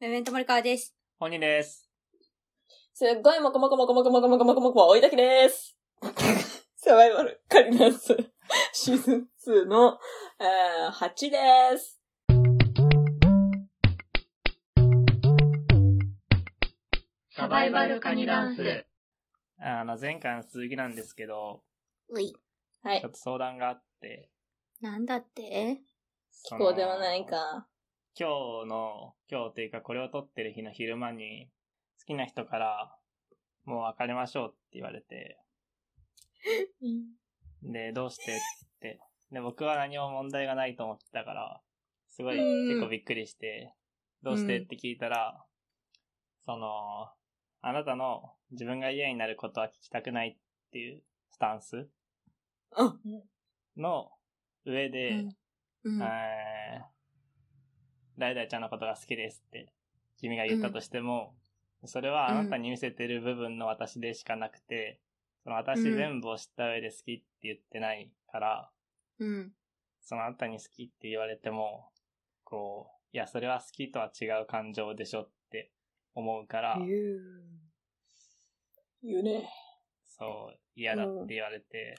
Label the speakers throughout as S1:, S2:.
S1: メメント森川です。
S2: 本人です。
S3: すっごいもこもこもこもこもこもこもこもこ追いだきです。サバイバルカリナスシーズン2の、えー、8です。
S1: サバイバルカニダンス。
S2: あの、前回の続きなんですけど、
S1: うい。
S3: は
S2: ちょ
S3: い
S2: っ。と相談があって、
S1: なんだって
S2: その
S3: こうではない。か。
S2: 今日の、今日というかこれを撮ってる日の昼間に、好きな人から、もう別れましょうって言われて、で、どうしてって。で、僕は何も問題がないと思ってたから、すごい、
S1: うん
S2: 結構びっくりして、どうして
S1: うん
S2: って聞いたら、その、あなたの自分が嫌になることは聞きたくないっていうスタンス
S3: あ、
S2: の上で、
S1: うん。
S2: えー、だいだいちゃんのことが好きですって、君が言ったとしても、それはあなたに見せてる部分の私でしかなくて、その私
S1: うん
S2: 全部を知った上で好きって言ってないから、
S1: うん。
S2: そのあなたに好きって言われても、こう、いや、それは好きとは違う感情でしょって思うから、
S3: 言うね。
S2: そう、嫌だって言われて、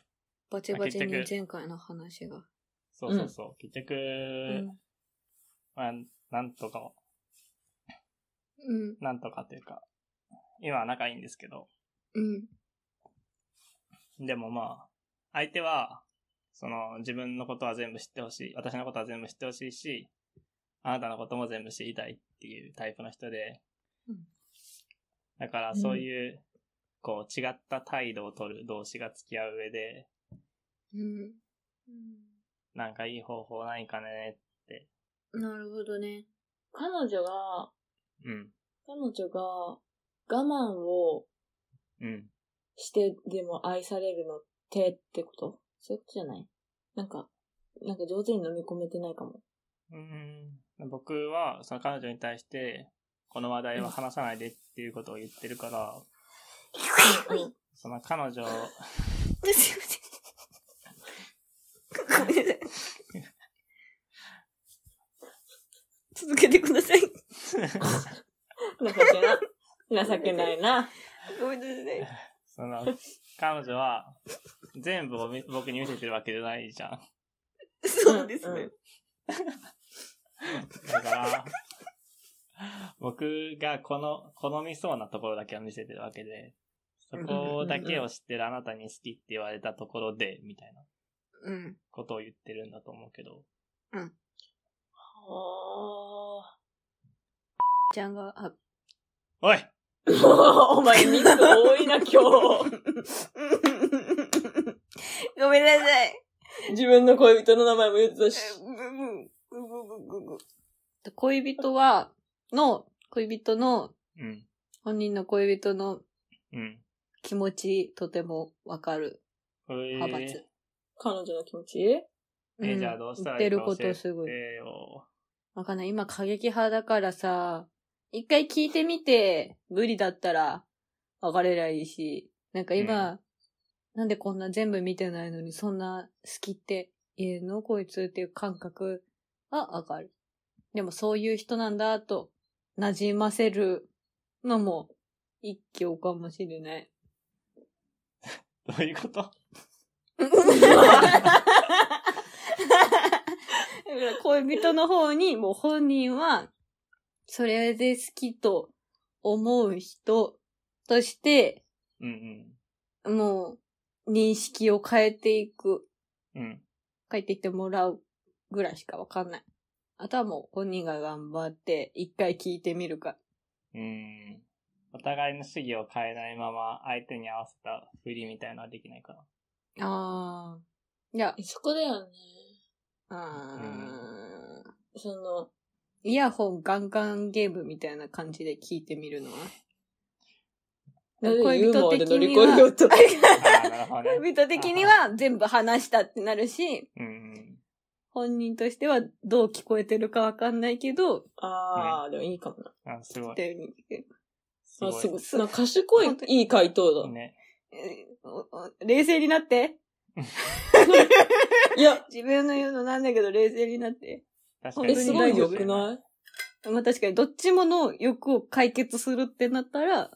S1: バチバチ
S2: あ
S1: に
S2: 結
S1: 前回の話が。
S2: そうそうそう、結局、
S3: うん
S2: まあ、なんとか、
S1: うん。
S2: なんとかというか、今は仲いいんですけど、
S1: うん。
S2: でもまあ、相手は、その、自分のことは全部知ってほしい、私のことは全部知ってほしいし、あなたのことも全部知りたいっていうタイプの人で、
S1: うん
S2: だからそういう、こう、違った態度を取る同士が付き合う上で、
S1: うん。
S2: なんかいい方法ないかね、
S1: なるほどね。
S3: 彼女が、
S2: うん、
S3: 彼女が我慢を
S2: うん、
S3: してでも愛されるのってってことそういうことじゃないなんか、なんか上手に飲み込めてないかも。
S2: うん。僕は、その彼女に対して、この話題は話さないでっていうことを言ってるから、
S3: うん
S2: その彼女、
S1: すいません。ごめんなさい。 続けてください。
S3: 情けな。情けないな。
S1: ごめんなさい。
S2: その、彼女は、全部をみ僕に見せてるわけじゃないじゃん。
S1: そうですね。
S2: だから、僕がこの、好みそうなところだけを見せてるわけで、そこだけを知ってるあなたに好きって言われたところで、みたいな
S1: うん。
S2: ことを言ってるんだと思うけど、
S3: あー
S1: ちゃんが、あ、
S2: おい
S3: お前ミス多いな、 今日。
S1: ごめんなさい。
S3: 自分の恋人の名前も言ってたし。
S1: 恋人は、の、恋人の、
S2: うん、
S1: 本人の恋人の
S2: うん。
S1: 気持ち、とてもわかる。
S2: これ
S1: 派閥。
S3: 彼女の気持ち
S2: え
S1: ん
S2: じゃあどうしたらい
S1: 言
S2: い
S1: ってるこ
S2: か教えてよ
S1: とすごい。わかんない。今、過激派だからさ、一回聞いてみて、無理だったら、別れりゃいいし。なんか今、なんでこんな全部見てないのに、そんな好きって言えるのこいつっていう感覚はわかる。でもそういう人なんだ、と、馴染ませるのも、一興かもしれない。
S2: どういうこと
S1: だから恋人の方に、もう本人は、それで好きと思う人として、
S2: うん
S1: もう認識を変えていく、
S2: うん。うん。
S1: 変えていってもらうぐらいしかわかんない。あとはもう本人が頑張って一回聞いてみるか。
S2: うん。お互いの主義を変えないまま相手に合わせた振りみたいなのはできない かな。
S1: ああ。いや、
S3: そこだよね。
S1: あー
S3: その、
S1: イヤホンガンガンゲームみたいな感じで聞いてみるのは。
S3: ユーモアで乗り越えようと。
S2: ああ、なるほどね。
S1: 恋人的には全部話したってなるし、
S2: うんうん。
S1: 本人としてはどう聞こえてるかわかんないけど、
S3: あー、でもいいかもな。
S2: あ、すごい。
S1: って
S2: す
S3: あす
S2: ご
S3: ご
S2: い
S3: い。なんか賢い、いい回答 だ。
S2: ね。
S1: えおお冷静になって。
S3: いや、
S1: 自分の言うのなんだけど冷静になって。
S2: 確か
S3: え、
S2: に。
S1: 本当
S3: す
S1: に
S3: ごい
S1: 大丈
S3: 良
S1: 夫
S3: くない
S1: まあ確かに、どっちもの欲を解決するってなったら、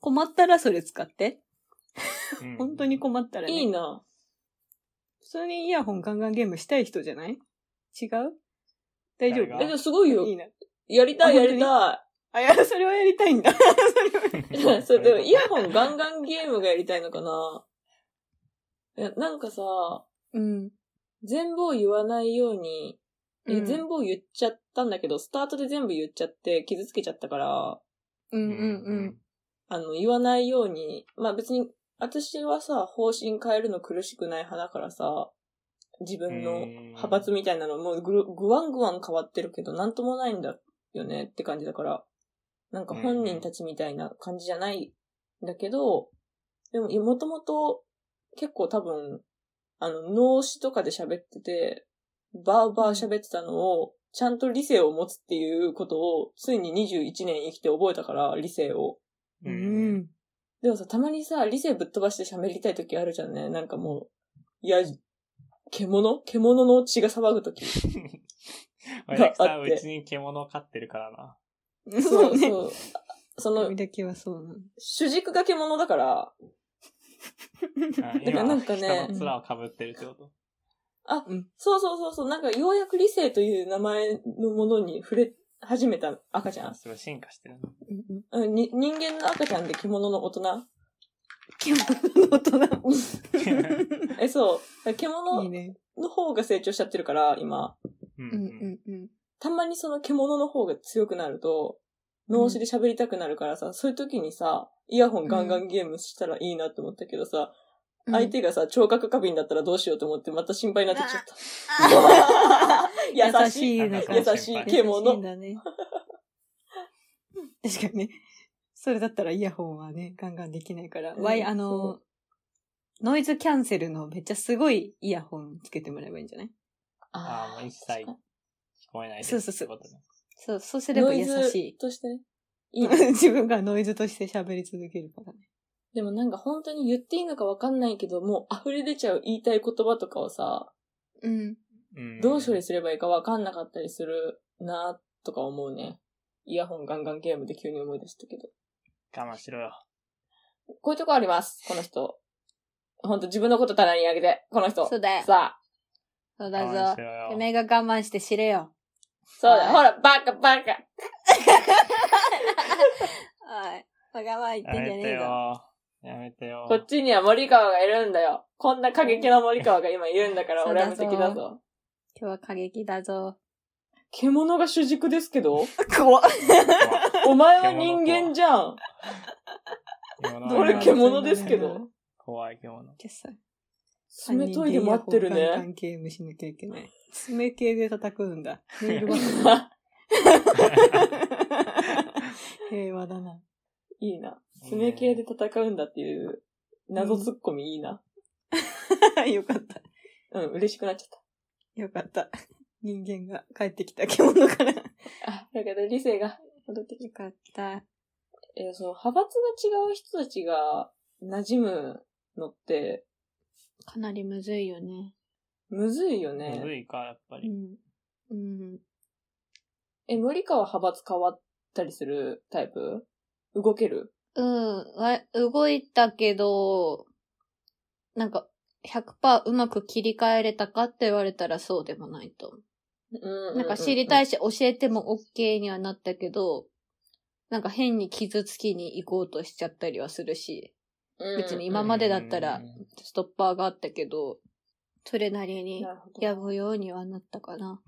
S1: 困ったらそれ使って。
S2: うん
S1: 本当に困ったらね。
S3: いいな。
S1: 普通にイヤホンガンガンゲームしたい人じゃない違う大丈
S2: 誰が
S3: え、
S1: 夫
S3: じゃあすごいよ
S1: い。いな。
S3: やりたい、
S1: あ
S3: やりた。
S1: あ、いや、それはやりたいんだ。それはい
S3: そう、でもイヤホンガンガンゲームがやりたいのかな。いやなんかさ、
S1: うん。
S3: 全部を言わないように、え
S1: うん
S3: 全部を言っちゃったんだけど、スタートで全部言っちゃって傷つけちゃったから、
S1: うん
S2: う
S1: うん。
S3: あの、言わないように、まあ別に、私はさ、方針変えるの苦しくない派だからさ、自分の派閥みたいなのもうぐるぐわんぐわん変わってるけど、なんともないんだよねって感じだから、なんか本人たちみたいな感じじゃないんだけど、でも、いやもともと結構多分、あの、脳死とかで喋ってて、バーバー喋ってたのを、ちゃんと理性を持つっていうことを、ついに21年生きて覚えたから、理性を。
S1: う
S2: うん。
S1: ん。
S3: でもさ、たまにさ、理性ぶっ飛ばして喋りたい時あるじゃんね。なんかもう、いや、獣獣の血が騒ぐ時。
S2: 俺レクさ
S3: あ
S2: ん、
S3: って
S2: うちに獣を飼ってるから な。
S1: そ
S3: そう
S1: うね。
S3: そう。その
S1: 君、だけはそうなの。
S3: 主軸が獣だから、
S2: うん
S3: だからなんかね
S2: 今人の面をかぶってるってこと。
S3: そうそうそうそう、なんかようやく理性という名前のものに触れ始めた赤ちゃん
S2: あ。すごい進化してるな。
S1: うん
S3: うん、に人間の赤ちゃんで獣の大人。
S1: 獣の大人。
S3: え、そう。
S1: いい
S3: 獣
S1: ね。
S3: の方が成長しちゃってるから、今。
S2: うん
S1: うん
S2: うん。
S1: うんうん。
S3: たまにその獣の方が強くなると、脳死で喋りたくなるからさ、そういう時にさ、イヤホンガンガンゲームしたらいいなって思ったけどさ、相手がさ、聴覚過敏だったらどうしようと思ってまた心配になってきちゃった。優
S1: 優
S3: し
S1: し
S3: い。
S1: い
S2: 優
S1: の
S2: し
S1: か。
S2: い
S3: 優し
S1: 優し
S2: 優
S3: い
S1: いん
S3: 獣。
S1: だね。確かにね。それだったらイヤホンはね、ガンガンできないから。
S3: うん
S1: わい、
S3: そう
S1: あの、ノイズキャンセルのめっちゃすごいイヤホンつけてもらえばいいんじゃない
S2: ああ、もう一切聞こえないです
S1: そうそうそう
S2: ってことね
S1: そう、そうすれば優
S3: ノイ
S1: し
S3: ズ
S1: い。
S3: としてね。い いね。
S1: 自分がノイズとして喋り続けるからね。
S3: でもなんか本当に言っていいのかわかんないけど、もう溢れ出ちゃう言いたい言葉とかをさ、
S1: うん。
S2: うん
S3: どう処理すればいいかわかんなかったりするなとか思うね。イヤホンガンガンゲームで急に思い出したけど。
S2: 我慢しろよ。
S3: こういうとこあります、この人。ほんと自分のこと棚にあげて、この人。
S1: そうだよ
S3: さあ、
S1: そう
S2: 我慢し。ろよ。
S1: が我慢して知れよ。
S3: そうだよ。
S1: はい
S3: ほら、バカバカ。
S1: はい。我慢言
S2: やめて。よ。やめてよ。
S3: こっちには森川がいるんだよ。こんな過激な森川が今いるんだから、
S1: そう
S3: 俺
S1: だ
S3: は無敵だ
S1: そ
S3: ぞ。
S1: 今日は過激だぞ。
S3: 獣が主軸ですけど
S1: 怖っ。
S3: お前は人間じゃん。
S2: 獣
S3: どれ獣ですけど。
S2: 怖い獣。
S3: 爪研いで待ってる
S1: 三人でイヤホンガンガ
S3: ね。
S1: ンゲームしなきゃいけない。爪系で叩くんだ。ネイルは平和だな。
S3: いいな。爪系で戦うんだっていう謎ツッコミいいな。
S1: よかった。
S3: うん、嬉しくなっちゃっ
S1: よかった。人間が帰ってきた獣から。よ
S3: た。あ、だから理性が戻ってきた。
S1: かった。
S3: えー、そう、派閥が違う人たちが馴染むのって、
S1: かなりむずいよね。
S3: むずいよ
S2: むず
S3: ね。
S2: いか、やっぱ
S1: う
S2: り。
S1: ん。うん。
S3: え、森川派閥変わったりするタイプ動ける
S1: うん、わ動いたけど、なんか、100%うまく切り替えれたかって言われたらそうでもないと思
S3: う
S1: う。なんか知りた
S3: い。
S1: いし教えても OK にはなったけど、なんか変に傷つきに行こうとしちゃったりはするし、
S3: うん
S1: 別に今までだったら
S2: うん
S1: ストッパーがあったけど、それなりに
S3: なるほど。
S1: やむようにはなったかな。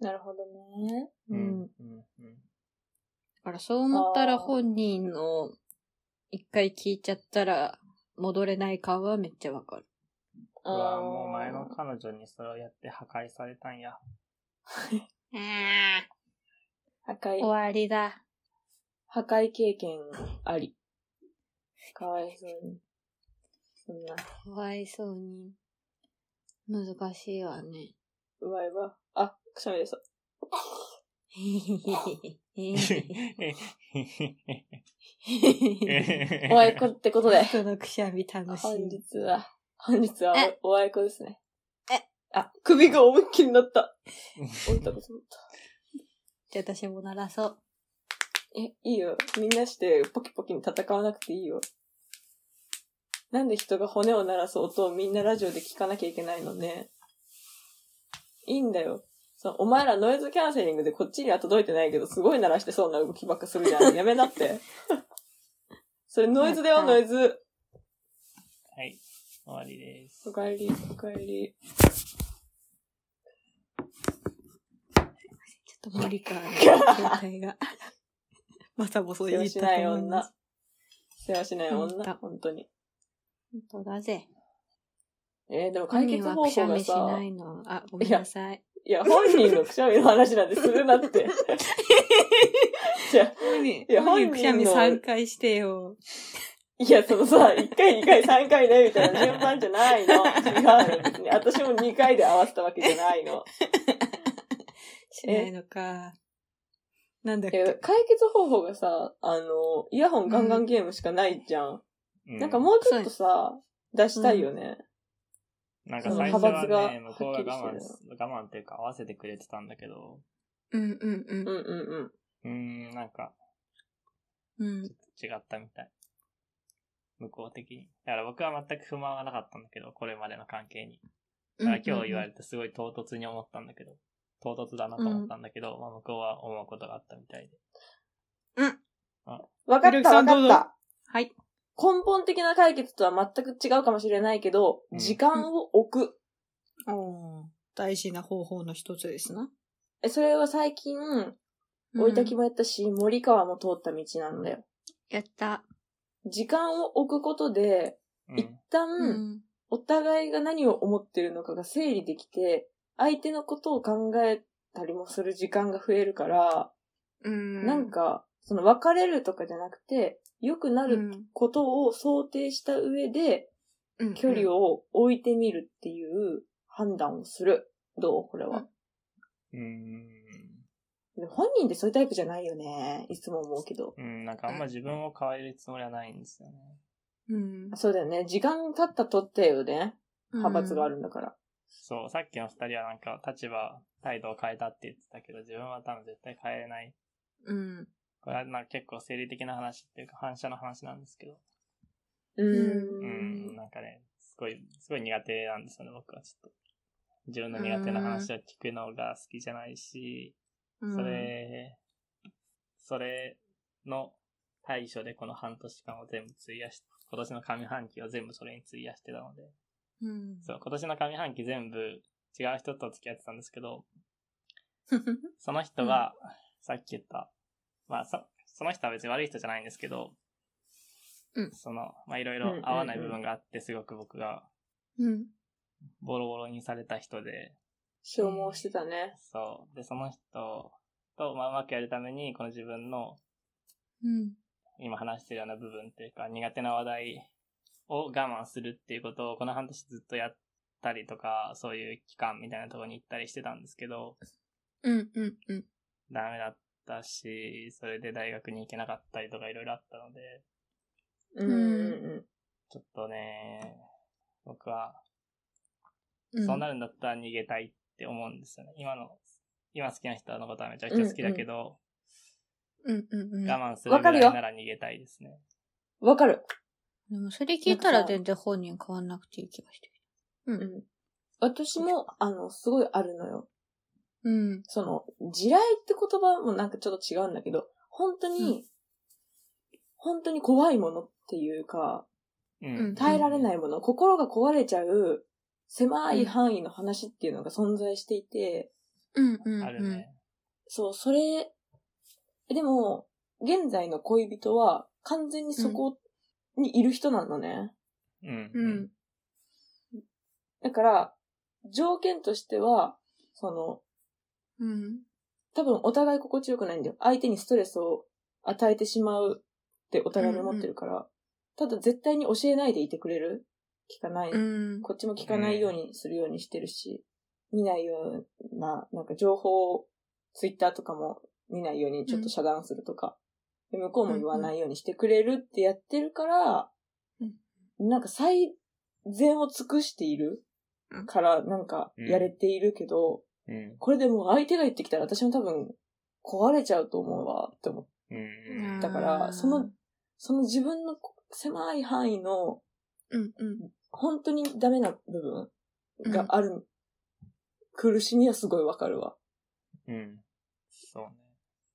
S3: なるほどね。
S2: う
S1: うんん。だ
S2: うんうん
S1: からそう思った
S3: あ
S1: ら
S3: ー
S1: 本人の一回聞いちゃったら戻れない感はめっちゃわかる。
S2: うわもう前の彼女にそれをやって破壊されたんや。
S3: 赤い
S1: 終わりだ。
S3: 破壊経験あり。かわいそうに。そんな、
S1: かわいそうに。難しいわね。
S3: うわいわ。あ、くしゃみでした。 おあいこってことで、
S1: 人のくしゃみ楽し
S3: 本
S1: い。
S3: 日は、本日は
S1: え
S3: おおあいこですね。
S1: え
S3: あ、首が思いっきりなった。折れたこと思った。
S1: じゃあ私も鳴らそう。
S3: え、いいよ。みんなしてポキポキに戦わなくていいよ。なんで人が骨を鳴らす音をみんなラジオで聞かなきゃいけないのね。いいんだよ。そうお前らノイズキャンセリングでこっちには届いてないけど、すごい鳴らしてそうな動きばっかするじゃん。やめなって。 それノイズだよ、ノイズ。
S2: はい。終わりです。
S3: おかえり、おかえり。
S1: ちょっと無理か、状態が。 まさぼそ
S3: 世
S1: 言った
S3: 話し
S1: と
S3: ない
S1: 思いま
S3: 女
S1: す。。
S3: 世話しない
S1: 本当
S3: 女、本当に。
S1: 本当だぜ。
S3: えー、でも解決方
S1: 本人は
S3: 法
S1: く
S3: が
S1: しゃみし
S3: さ
S1: な、いの。あ、ごめんなさい。
S3: いや、本人のくしゃみの話なんてするなって。じゃ
S1: 本人
S3: いや
S1: 本人
S3: 本人の
S1: くしゃみ3回してよ。
S3: いや、そのさ、1回、2回、3回でみたいな順番じゃないの。違うの別に。私も2回で合わせたわけじゃないの。
S1: しないのか。なんだっ
S3: い
S1: け
S3: や。解決方法がさ、あの、イヤホンガンガンゲームしかないじゃん。
S2: う
S3: なんかもうちょっとさ、出したいよね。
S2: なんか最初
S3: その派閥
S2: はね、
S3: が
S2: 向こうが
S3: は
S2: 我
S3: っき
S2: 慢
S3: りして、
S2: 我慢っていうか合わせてくれてたんだけど、
S1: うんうん
S3: うん、うん、うん。
S2: うーん、なんか
S1: うん。うん。
S2: 違ったみたい。向こう的に。だから僕は全く不満はなかったんだけど、これまでの関係に。だから今日言われてすごい唐突に思ったんだけど、唐突だなと思ったんだけど、まあ向こうは思うことがあったみたいで。
S3: わかっ
S1: ひろき
S3: た、
S1: さ
S3: わ
S1: んど
S3: か
S1: うぞ
S3: った。
S1: はい。
S3: 根本的な解決とは全く違うかもしれないけど、
S2: うん
S3: 時間を置く。
S1: お大事な方法の一つですな。
S3: え、それは最近、追いたきもやったし、森川も通った道なんだよ。
S1: やった。
S3: 時間を置くことで、
S2: う
S3: 一
S2: ん。
S3: 旦、
S1: うん。
S3: お互いが何を思ってるのかが整理できて、相手のことを考えたりもする時間が増えるから、
S1: うん。
S3: なんか、その別れるとかじゃなくて、良くな
S1: う
S3: る
S1: ん、
S3: ことを想定した上で、
S1: うん。
S3: 距離
S1: を。
S3: を置いてみるっていう判断をする。どうこれは。
S2: うーん。
S3: で本人ってそういうタイプじゃないよね。いつも思うけど。
S2: うん、なんかあんま自分を変えるつもりはないんですよね。
S1: うん。
S3: そうだよね。時間経ったとってよね。派閥があ
S1: る。
S3: るんだから。
S2: そう、さっきの二人はなんか立場、態度を変えたって言ってたけど、自分は多分絶対変えれない。
S1: うん。
S2: これはなんか結構生理的な話っていうか反射の話なんですけど、
S3: う
S2: うん
S3: ん。
S2: ん、なんかね、すごい、すごい苦手なんですよね、僕はちょっと。自分の苦手な話を聞くのが好きじゃないし、
S1: うん
S2: そ。れ、それの対処でこの半年間を全部費やし、今年の上半期を全部それに費やしてたので、
S1: うん。
S2: そう、今年の上半期全部違う人と付き合ってたんですけど、その人が、さっき言った、まあそ、その人は別に悪い人じゃないんですけど、
S1: うん
S2: その、まあ、いろいろ合わない部分があって、すごく僕が
S1: うん。
S2: ボロボロにされた人で、
S3: 消耗してたね。
S2: そう。で、その人と、まあ、うまくやるために、この自分の
S1: うん。
S2: 今話してるような部分っていうか、苦手な話題を我慢するっていうことを、この半年ずっとやったりとか、そういう期間みたいなところに行ったりしてたんですけど、
S1: うん。うん。うん。
S2: ダメだったし、それで大学に行けなかったりとかいろいろあったので、
S3: うんうん
S2: ちょっとね、僕は、
S1: うん。
S2: そうなるんだったら逃げたいって思うんですよね。今の、今好きな人のことはめちゃくちゃ好きだけど、
S1: うん。うん。うん。
S2: 我慢するぐらいなら逃げたいですね。
S3: うん。わかる。
S1: でもそれ聞いたら全然本人変わんなくていい気がしてきた。
S3: うん。私も、あの、すごいあるのよ。
S1: うん。
S3: その、地雷って言葉もなんかちょっと違うんだけど、本当に、
S1: う
S3: 本当に怖いものっていうか、
S2: う。
S1: うん
S3: 耐えられないいもの、心が壊れちゃう狭い範囲の話っていうのが存在していて、
S1: うん。うん。
S2: あるね。
S3: そう、それ、でも、現在の恋人は完全にそこにいる人なのね。
S2: うん。
S1: うん。
S3: だから、条件としては、その、
S1: うん。
S3: 多分お互い心地よくないんだよ。相手にストレスを与えてしまうってお互いに思ってるから。ただ絶対に教えないでいてくれる聞かない、
S1: うん。
S3: こっちも聞かないようにするようにしてるし、見ないような、なんか情報を、ツイッターとかも見ないようにちょっと遮断するとか、で向こうも言わないようにしてくれるってやってるから、
S1: うん
S3: なんか最善を尽くしているから、なんかやれているけど、
S2: うん。
S3: これでもう相手が言ってきたら私も多分壊れちゃうと思うわって思っ
S2: うん
S1: うん
S3: たか
S1: あー
S3: ら、その、その自分の狭い範囲の
S1: うんうん。
S3: 本当にダメな部分
S1: う
S3: が
S1: ん
S3: ある、苦しみはすごいわかるわ。
S2: うん。うん。そうね。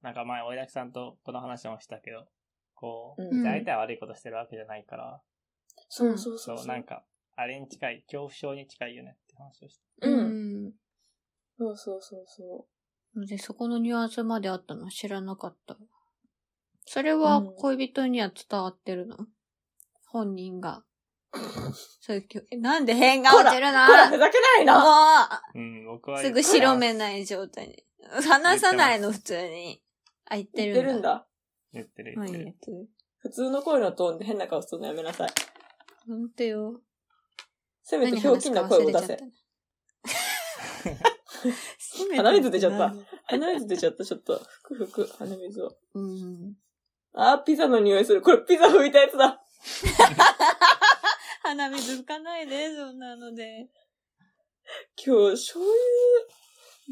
S2: なんか前、おいだきさんとこの話もしたけど、こう、
S3: うん
S2: 相手は悪いことしてるわけじゃないから、
S3: そうそうそう。
S2: そう、なんか、あれに近い、恐怖症に近いよねって話をして。
S3: う。
S1: うんん。
S3: そうそうそうそ
S1: で、そこのニュアンスまであったの知らなかった。それは
S3: うん
S1: 恋人には伝わってるの、本人 が。そういうきょえなんで変顔してる
S3: う。これふ
S1: のも
S3: ざけないな
S2: うん、僕は
S1: うす
S2: 言っ
S1: ぐ
S2: て
S1: 白目ない状態に。話さないの、
S2: 言
S1: 普通に。あ、言って
S3: 言
S1: る
S3: っ
S1: ん
S3: て
S1: だ。
S3: るんだ。
S2: 言ってる
S1: ま
S2: 言
S1: あ
S2: っ
S1: い
S2: て
S1: い
S2: る
S1: や。つ。
S3: 普通の声のトーンで変な顔するのやめなさい。
S1: ほんとよ。
S3: せめて
S1: 何
S3: ひょうき
S1: 話す
S3: んな
S1: か
S3: 声
S1: 忘
S3: を
S1: れちゃ
S3: 出
S1: った
S3: せ。。
S1: 鼻
S3: 鼻水出ちゃった。鼻水出ちゃった、ちょっと。ふくふく、鼻水を。
S1: うん。
S3: あー、ピザの匂いする。これピザ拭いたやつだ。
S1: 鼻水拭かないで、そんなので。
S3: 今日、醤油、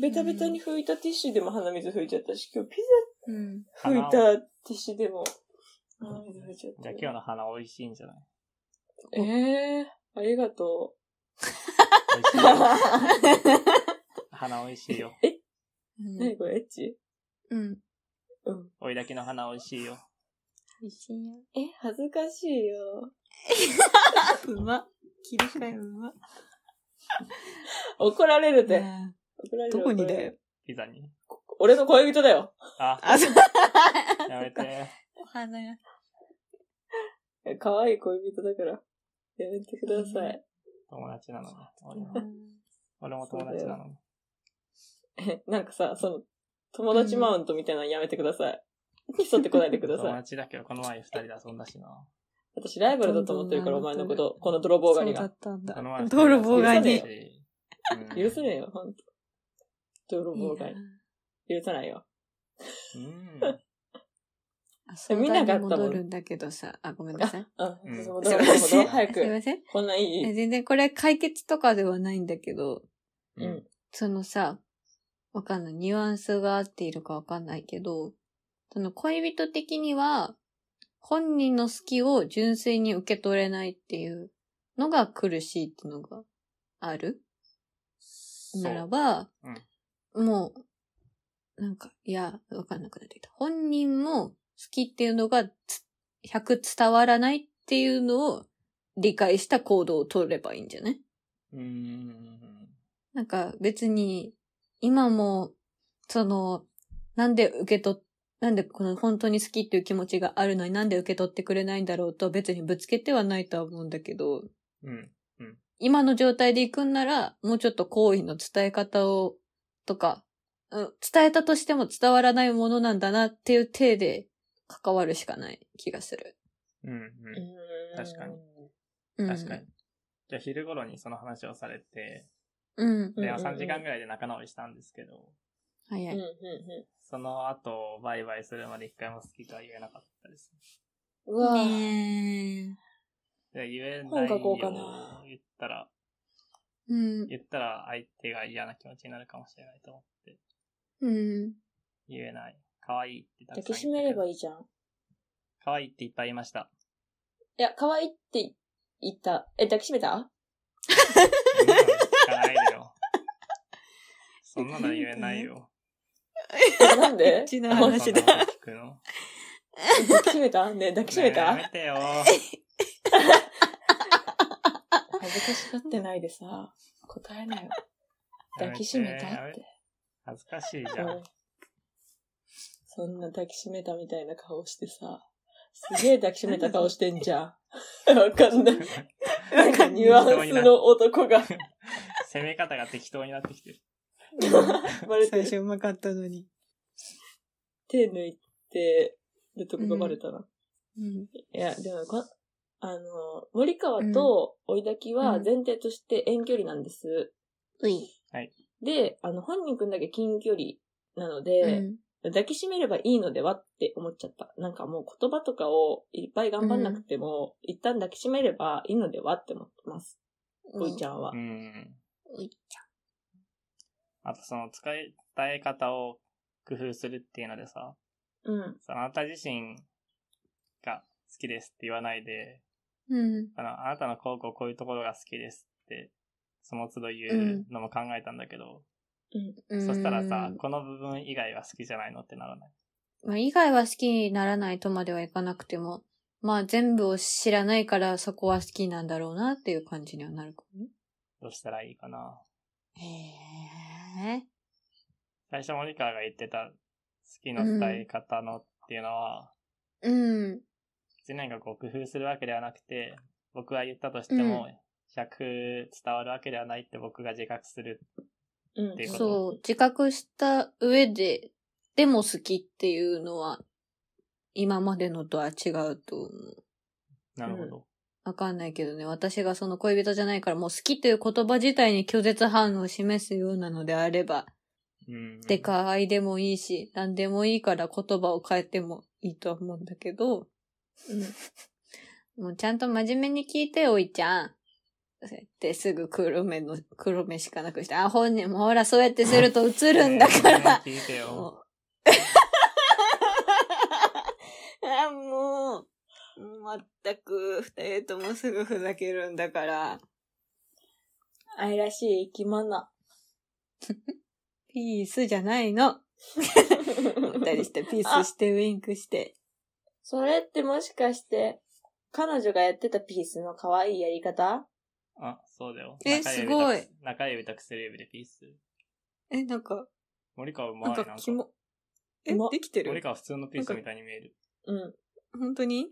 S3: ベタベタに拭いたティッシュでも鼻水拭いちゃったし、今日ピ
S1: うん。
S3: ザ拭いたティッシュでも鼻水拭いちゃっ
S2: じゃ
S3: た
S2: あ
S3: よ。
S2: 今日の花美味しいんじゃない
S3: ええー、ありがと
S2: 美味し
S3: う
S2: いよ。花美味しいよ。
S1: うん。
S3: 何これ、エッチ
S1: うん。
S3: うん。
S2: 追いだきの花美味しいよ。
S1: 美味しいよ。
S3: え、恥ずかしいよ。
S1: うま。切り替えうま。
S3: 怒られるって。
S1: ね
S3: 怒られる
S1: どこにだよ。。
S2: ピザに。
S3: 怒られる俺の恋人だよ。
S2: あ、
S1: あ、 そう。
S2: やめて。
S1: お花が。
S3: え可愛い恋人だから。やめてください。
S2: 友達なのに。俺も俺も友達なのに。
S3: え、 なんかさ、その、友達マウントみたいなのやめてください。競ってこないでくだ
S2: 友
S3: さい。
S2: 達だけど、この前二人で遊んだしな。
S3: 私ライバルだと思ってるから、お
S1: どんどん
S3: 前のこと、この泥棒狩り
S1: そうだ
S3: が。
S1: ったんだ
S2: この前。二人で遊
S1: 泥
S2: んだし
S1: 棒狩り。
S2: うん
S3: 許せねえよ、ほんと。泥棒狩
S1: いい
S3: り。許さないよ。
S2: うん。
S1: な相
S3: みんな
S1: 談
S3: が
S1: に
S3: あったもん
S1: 戻るんだけどさ。あ、ごめんなさい。
S3: あ、
S2: うん
S3: そう
S1: すい
S3: 泥
S1: ま
S3: 棒
S1: せん。
S3: 狩り。早
S1: すいま
S3: く。
S1: せん。
S3: こんなんい
S1: え
S3: い。
S1: 全然これ解決とかではないんだけど、
S3: うん。
S1: そのさ、わかんない。ニュアンスが合っているかわかんないけど、その恋人的には、本人の好きを純粋に受け取れないっていうのが苦しいっていうのがある
S2: そう
S1: ならば、
S2: そう
S1: もう、なんか、いや、わかんなくなってきた。本人も好きっていうのがつ100伝わらないっていうのを理解した行動を取ればいいんじゃない
S2: うん。
S1: なんか別に、今も、その、なんで受け取っ、なんでこの本当に好きっていう気持ちがあるのになんで受け取ってくれないんだろうと別にぶつけてはないとは思うんだけど、
S2: うん。
S1: 今の状態で行くんなら、もうちょっと好意の伝え方を、とか、うん伝えたとしても伝わらないものなんだなっていう体で関わるしかない気がする。
S2: うん。
S3: う
S2: うん確かに。
S1: うん
S2: ん。確かに。。じゃあ昼頃にその話をされて、
S1: うん。
S3: うん
S2: で、
S3: うんうん
S2: 3時間ぐらいで仲直りしたんですけど、
S1: 早
S3: うん、うん、
S1: い。
S3: う
S2: その後、バイバイするまで一回も好きとは言えなかったです
S3: ん。うわぁ。
S1: ね
S2: ね。で、言えない
S3: 本書こうか
S2: よ
S3: な
S2: 言ったら、
S1: え。うん。
S2: 言ったら相手が嫌な気持ちになるかもしれないと思って、
S1: うん。
S2: 言えない。可愛いってた
S3: 抱
S2: く
S3: き
S2: さ
S3: し
S2: ん言っ
S3: め
S2: て
S3: れ
S2: く
S3: ば
S2: る
S3: いいじゃん。
S2: 可愛いっていっぱいいました。
S3: いや、可愛いって言った。え、抱きしめ た
S2: そんなの聞かないで よ。そんなの言えないよ。
S3: なんで
S1: エッチな
S2: なん
S1: 話
S2: でそん
S1: だ
S2: なこと聞くの
S3: 抱きしめたねえ抱きしめた
S2: ねえやめてよ。
S3: 恥ずかしがってないでさ、答えなよ。 抱きしめた
S2: や
S3: っ
S2: め
S3: て
S2: て。恥ずかしいじゃ
S3: うん
S2: ん。
S3: そんな抱きしめたみたいな顔してさ、すげえ抱きしめた顔してん じゃん。わかんない。なんかニュアンスの 男が
S2: 攻め方が適当になってきてる。
S3: バレてる。
S1: うまかったのに。
S3: 手抜いてるとこがバレたな。
S1: うん。
S3: いや、でもこ、あの、森川と追い抱きは前提として遠距離なんです。
S1: うい。
S3: で、あの、本人くんだけ近距離なので、抱きしめればいいのではって思っちゃった。なんかもう言葉とかをいっぱい頑張んなくても、一旦抱きしめればいいのではって思ってます。
S1: う
S3: おいちゃんは
S2: う。ん。
S1: ういち
S2: あとその使い伝え方を工夫するっていうのでさ、
S3: うん。
S2: そのあなた自身が好きですって言わないで、
S1: うん。
S2: あの、あなたのこうこうこういうところが好きですって、その都度言うのも考えたんだけど、
S1: うん。
S2: そしたらさ、この部分以外は好きじゃないのってならない。
S1: まあ、以外は好きにならないとまではいかなくても、まあ全部を知らないからそこは好きなんだろうなっていう感じにはなるかもね。
S2: どうしたらいいかな。
S1: へえ。
S2: 最初森川が言ってた好きの伝え方のっていうのは、
S1: うん。
S2: 一年がこう工夫するわけではなくて、僕は言ったとしても、100伝わるわけではないって僕が自覚する。
S3: うん
S2: っていうこと
S1: そう、自覚した上で、でも好きっていうのは、今までのとは違うと思う。
S2: なるほど。
S1: わかんないけどね、私がその恋人じゃないからもう好きという言葉自体に拒絶反応を示すようなのであれば、
S2: うん。
S1: で。か愛でもいいし、何でもいいから言葉を変えてもいいとは思うんだけど、もうちゃんと真面目に聞いておいちゃん。そうやってすぐ黒目の、黒目しかなくして、あ、本人もほらそうやってすると映るんだから。
S2: 聞いてよ。
S1: もうあ、もう、もう全く二人ともすぐふざけるんだから。
S3: 愛らしい生き物。
S1: ピースじゃないの。二人してピースしてウインクして。
S3: それってもしかして、彼女がやってたピースの可愛いやり方
S2: あ、そうだよ。
S1: え
S2: 中指
S1: すごい
S2: とく。中指と薬指でピース。
S1: え、なんか、
S2: 森川うま
S1: ないん
S2: なん
S1: か
S2: か。
S1: キモ。え、
S3: うま
S1: できて
S2: 森
S1: る
S2: 川普通のピースみたいに見える。
S3: うん。
S1: 本当に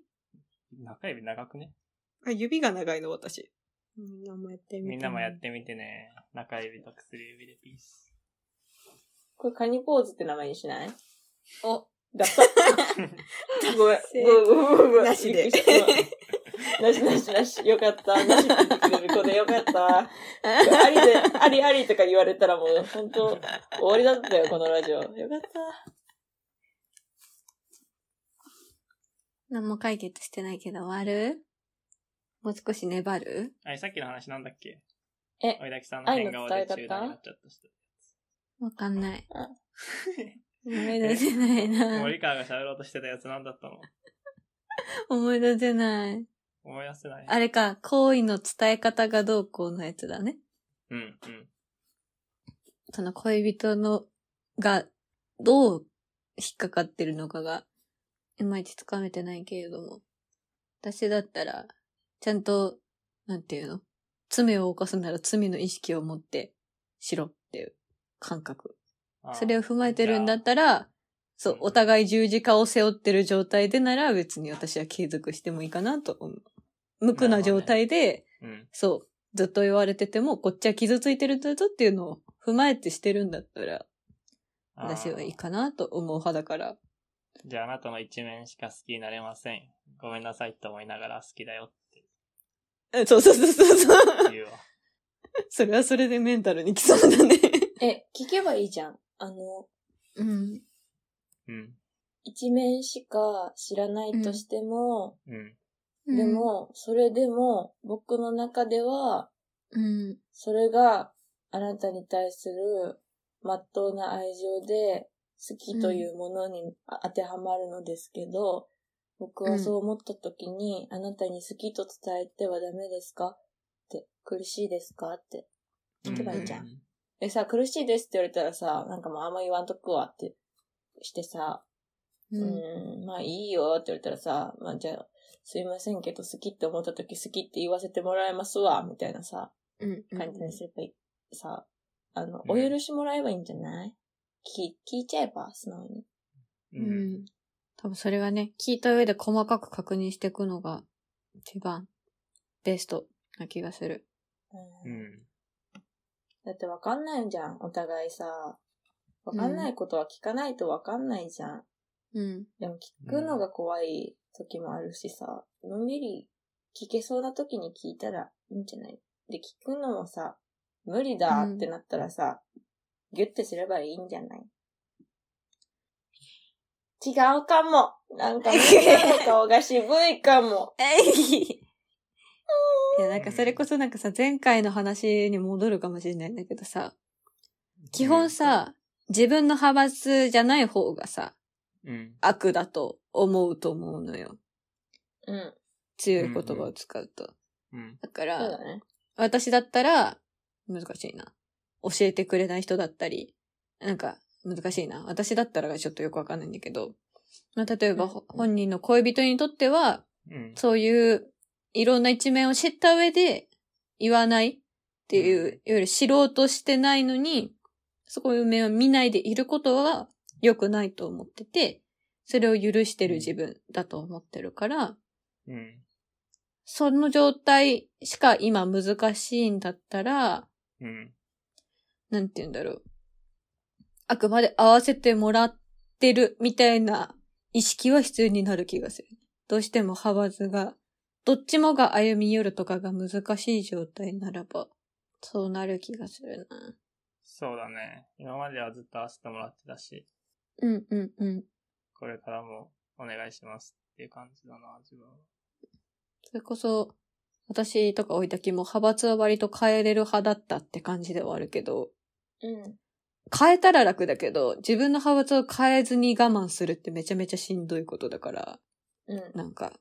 S2: 中指長くね。
S1: あ、指が長いの、私。みんなもやってみて。
S2: みんなもやってみてね。中指と薬指でピース。
S3: これカニポーズって名前にしない
S1: お、
S3: ダ サ。ごめん。
S1: せ
S3: ごめんごめんごめん。
S1: なしで
S3: びっくり したなしなしなし。よかった。なしって言ってくれる子でよかった。ありで、ありありとか言われたらもう、本当終わりだったよ、このラジオ。よかった。
S1: 何も解決してないけど、終わるもう少し粘る
S2: あれ、さっきの話なんだっけ
S3: え
S2: おいだきさんの変顔で中断になっちゃった人。
S1: わかん ない。
S3: あ
S1: 思い出せないな。
S2: 森川が喋ろうとしてたやつなんだったの
S1: 思い出せない。
S2: 思い出せない。
S1: あれか、行為の伝え方がどうこうのやつだね。
S2: うん、うん。
S1: その恋人の、が、どう引っかかってるのかが、いまいちつかめてないけれども。私だったら、ちゃんと、なんていうの罪を犯すなら罪の意識を持って、しろっていう感覚。
S2: あー
S1: それを踏まえてるんだったら、
S2: じゃ
S1: そ
S2: あ
S1: う、お互い十字架を背負ってる状態でなら、別に私は継続してもいいかなと思う。無垢な状態で、
S2: うん。
S1: そう。ずっと言われてても、こっちは傷ついてるんだぞっていうのを踏まえてしてるんだったら、
S2: あー
S1: 私はいいかなと思う派だから。
S2: じゃああなたの一面しか好きになれません。ごめんなさいって思いながら好きだよっ
S1: うんそうそうそうそうそう。
S2: て言うわ。
S1: それはそれでメンタルにきそうだね。
S3: え、聞けばいいじゃん。あの、
S1: うん。
S2: うん。
S3: 一面しか知らないとしても、
S2: うん。
S3: で、も、それでも、僕の中では、
S1: うん。
S3: それがあなたに対する真っ当な愛情で好きというものにあ当てはまるのですけど、僕はそう思った時に、あなたに好きと伝えてはダメですかって、苦しいですかって。聞けばいいじゃん。でさ、苦しいですって言われたらさ、なんかもうあんま言わんとくわってしてさ、
S1: う。
S3: うんーん、まあいいよって言われたらさ、まあじゃあ、すいませんけど好きって思った時好きって言わせてもらえますわ、みたいなさ。
S1: うん。
S3: 感じにすればいい。さ、あの、
S2: うん
S3: お許しもらえばいいんじゃない聞聞いちゃえば、素直に。
S2: う。
S1: うんん。多分それはね、聞いた上で細かく確認していくのが、一番、ベストな気がする。
S3: う
S2: うんん。
S3: だってわかんないじゃん、お互いさ。わかんないことは聞かないとわかんないじゃん。
S1: うん。。
S3: でも聞くのが怖い時もあるしさ、のんびり聞けそうな時に聞いたらいいんじゃないで、聞くのもさ、無理だってなったらさ、ギュッてすればいいんじゃない違うかもなんか、みんなの顔が渋いかも
S1: えいいや、なんかそれこそなんかさ、前回の話に戻るかもしれないんだけどさ、基本さ、自分の派閥じゃない方がさ、
S2: うん。
S1: 悪だと思うと思うのよ。
S3: うん。
S1: 強い言葉を使うと。
S2: うん。
S1: だから、
S3: そうだね。
S1: 私だったら、難しいな。教えてくれない人だったり、なんか、難しいな。私だったらがちょっとよくわかんないんだけど、まあ、例えば、
S3: うん
S1: ほ本人の恋人にとっては、
S2: うん。
S1: そういう、いろんな一面を知った上で、言わないっていう、
S2: うん
S1: いわゆる知ろうとしてないのに、そういう面を見ないでいることは良くないと思ってて、それを許してる自分だと思ってるから、
S2: うん。
S1: その状態しか今難しいんだったら、
S2: うん。
S1: なんて言うんだろう。あくまで合わせてもらってるみたいな意識は必要になる気がする。どうしても派閥が、どっちもが歩み寄るとかが難しい状態ならば、そうなる気がするな。
S2: そうだね。今まではずっと合わせてもらってたし、
S1: うんうんうん。
S2: これからもお願いしますっていう感じだな、自分は。
S1: それこそ、私とか置いたきも派閥は割と変えれる派だったって感じではあるけど、
S3: うん。
S1: 変えたら楽だけど、自分の派閥を変えずに我慢するってめちゃめちゃしんどいことだから、
S3: うん。
S1: なんか、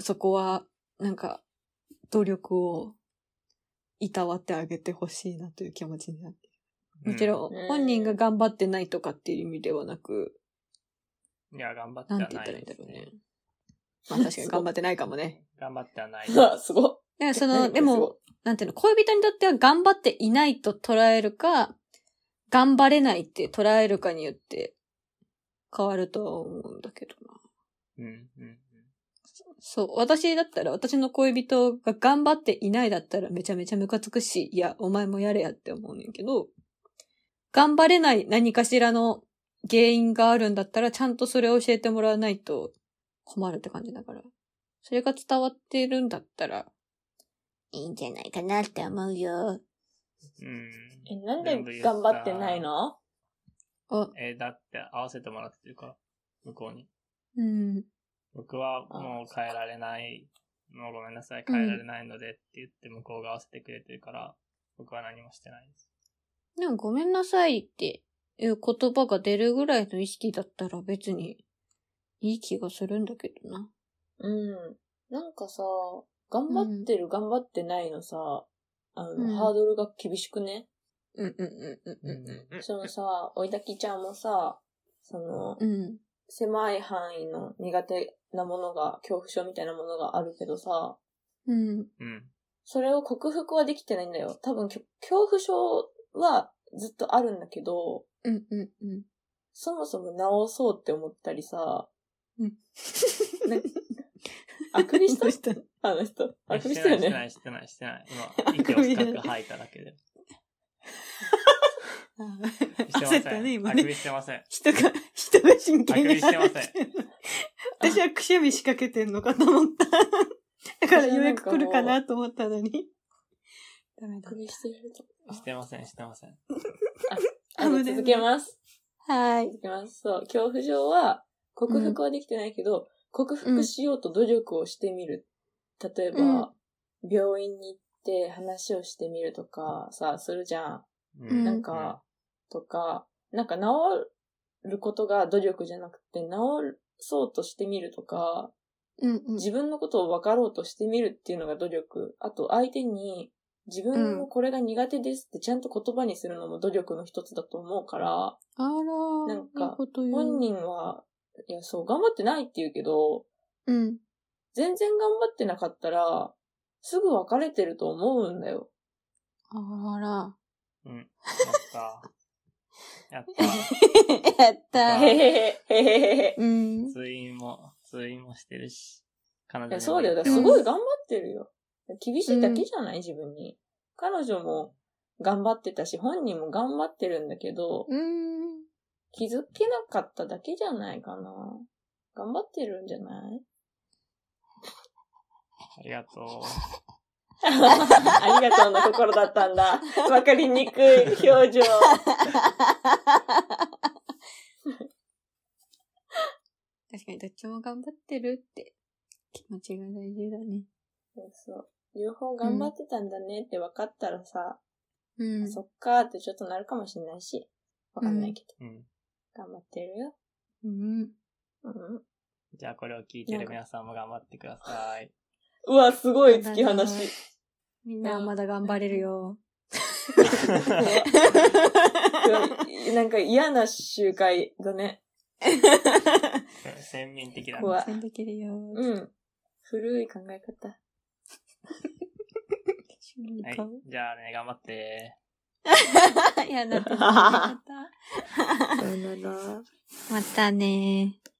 S1: そこは、なんか、努力をいたわってあげてほしいなという気持ちになって。もちろん
S3: う、ん
S1: 本人が頑張ってないとかっていう意味ではなく、
S2: うん。いや、頑張って
S1: な
S2: は
S1: んて言
S2: な
S1: ったらいい
S2: い
S1: んだ
S2: で
S1: ろ
S2: す
S1: うね
S2: ね。。
S1: まあ確かに頑張ってないかも ね。
S2: 頑張って はない。
S3: あ、すごっ。
S1: ねそ
S3: 何
S1: の、
S3: これ
S1: でも、なんていうの、恋人にとっては頑張っていないと捉えるか、頑張れないって捉えるかによって変わるとは思うんだけどな。
S2: うん。うん。
S1: そう、私だったら、私の恋人が頑張っていないだったらめちゃめちゃムカつくし、いや、お前もやれやって思うねんけど、頑張れない何かしらの原因があるんだったら、ちゃんとそれを教えてもらわないと困るって感じだから。それが伝わってるんだったら、いいんじゃないかなって思うよ。
S2: うん。
S3: え、なんで頑張ってないの
S1: あ、
S2: えーだって合わせてもらってるから、向こうに。
S1: うん。
S2: 僕はもう変えられない。もうごめんなさい、変えられないのでって言って向こうが合わせてくれてるから、僕は何もしてないです。
S1: でもごめんなさいっていう言葉が出るぐらいの意識だったら別にいい気がするんだけどな。
S3: うん。なんかさ、頑張ってる、頑張ってないのさ、あの、
S1: うん
S3: ハードルが厳しくね。
S1: うんうんうんうんうんうん。
S3: そのさ、おいたきちゃんもさ、その、
S1: うん。
S3: 狭い範囲の苦手なものが、恐怖症みたいなものがあるけどさ、
S1: うん。
S2: うん。
S3: それを克服はできてないんだよ。多分、きょ恐怖症はずっとあるんだけど、
S1: うんうんうん。
S3: そもそも治そうって思ったりさ、
S1: ね、
S3: あくびし
S1: ど
S3: た
S1: うした
S3: あの人。あくび
S2: し
S3: してた
S2: な
S3: よ
S2: い、してな
S3: ね。
S2: い、してない、してない。今、息を深く吐いただけで。してませ
S1: 焦ったね、
S2: ん。
S1: 今
S2: あく
S1: ね。
S2: びしてません。
S1: 人が、人が真剣に。
S2: あくびしてません
S1: 私はくしゃみ仕掛けてんのかと思った。だから
S3: 私はなんか
S1: ようやく来るかなと思ったのに。ダメ
S3: あ
S1: だ
S3: く。びしてると。
S2: してません、してません。
S3: あの、
S1: 危ない
S3: 続けます。
S1: はい。
S3: 続けます。そう。恐怖症は、克服はできてないけど、克服しようと努力をしてみる。例えば、病院に行って話をしてみるとか、さ、するじゃん。
S2: う
S1: うん
S3: なんか、とか、なんか治ることが努力じゃなくて、治そうとしてみるとか、
S1: うんうん。
S3: 自分のことを分かろうとしてみるっていうのが努力。あと、相手に、自分もこれが苦手ですってちゃんと言葉にするのも努力の一つだと思うから、
S1: あらー、
S3: なんか
S1: いいこと言う
S3: 本人は、いや、そう、頑張ってないって言うけど、
S1: うん。
S3: 全然頑張ってなかったら、すぐ別れてると思うんだよ。
S1: あら。
S2: うん。やった。やった。
S1: やった
S3: へ
S1: ー。
S3: へへ、へへへへ。
S1: うん。
S2: 通院も、通院もしてるし。彼
S3: い
S2: 女
S3: や、
S2: に
S3: そうだよ。
S2: も
S3: だか
S2: 言
S3: ら
S2: って
S3: すご
S2: ま
S3: い頑張ってるよ。厳しいだけじゃない自分に。彼女も頑張ってたし、本人も頑張ってるんだけど、
S1: うん。
S3: 気づけなかっただけじゃないかな。頑張ってるんじゃ ない
S2: すありがと
S3: ありがとうの心だったんだ。わかりにくい表情。
S1: 確かにどっちも頑張ってるって気持ちが大事だね。
S3: そうそう。両方頑張ってたんだねって分かったらさ、
S1: うん。
S3: そっかーってちょっとなるかもしれないし。わかんないけど。
S2: うん。
S3: 頑張ってるよ。
S1: うん。
S3: うん。
S2: じゃあこれを聞いてる皆さんも頑張ってくださ い。
S3: うわ、すごい突き放し。
S1: みんなまだ頑張れるよ。
S3: なんか嫌な集会だね。
S2: 先民的だね。
S3: 怖い。
S1: 全できるよ。
S3: うん。古い考え方。
S2: はい。じゃあね、頑張って。
S1: い、やなってしまった。
S3: さよなら。
S1: またねー。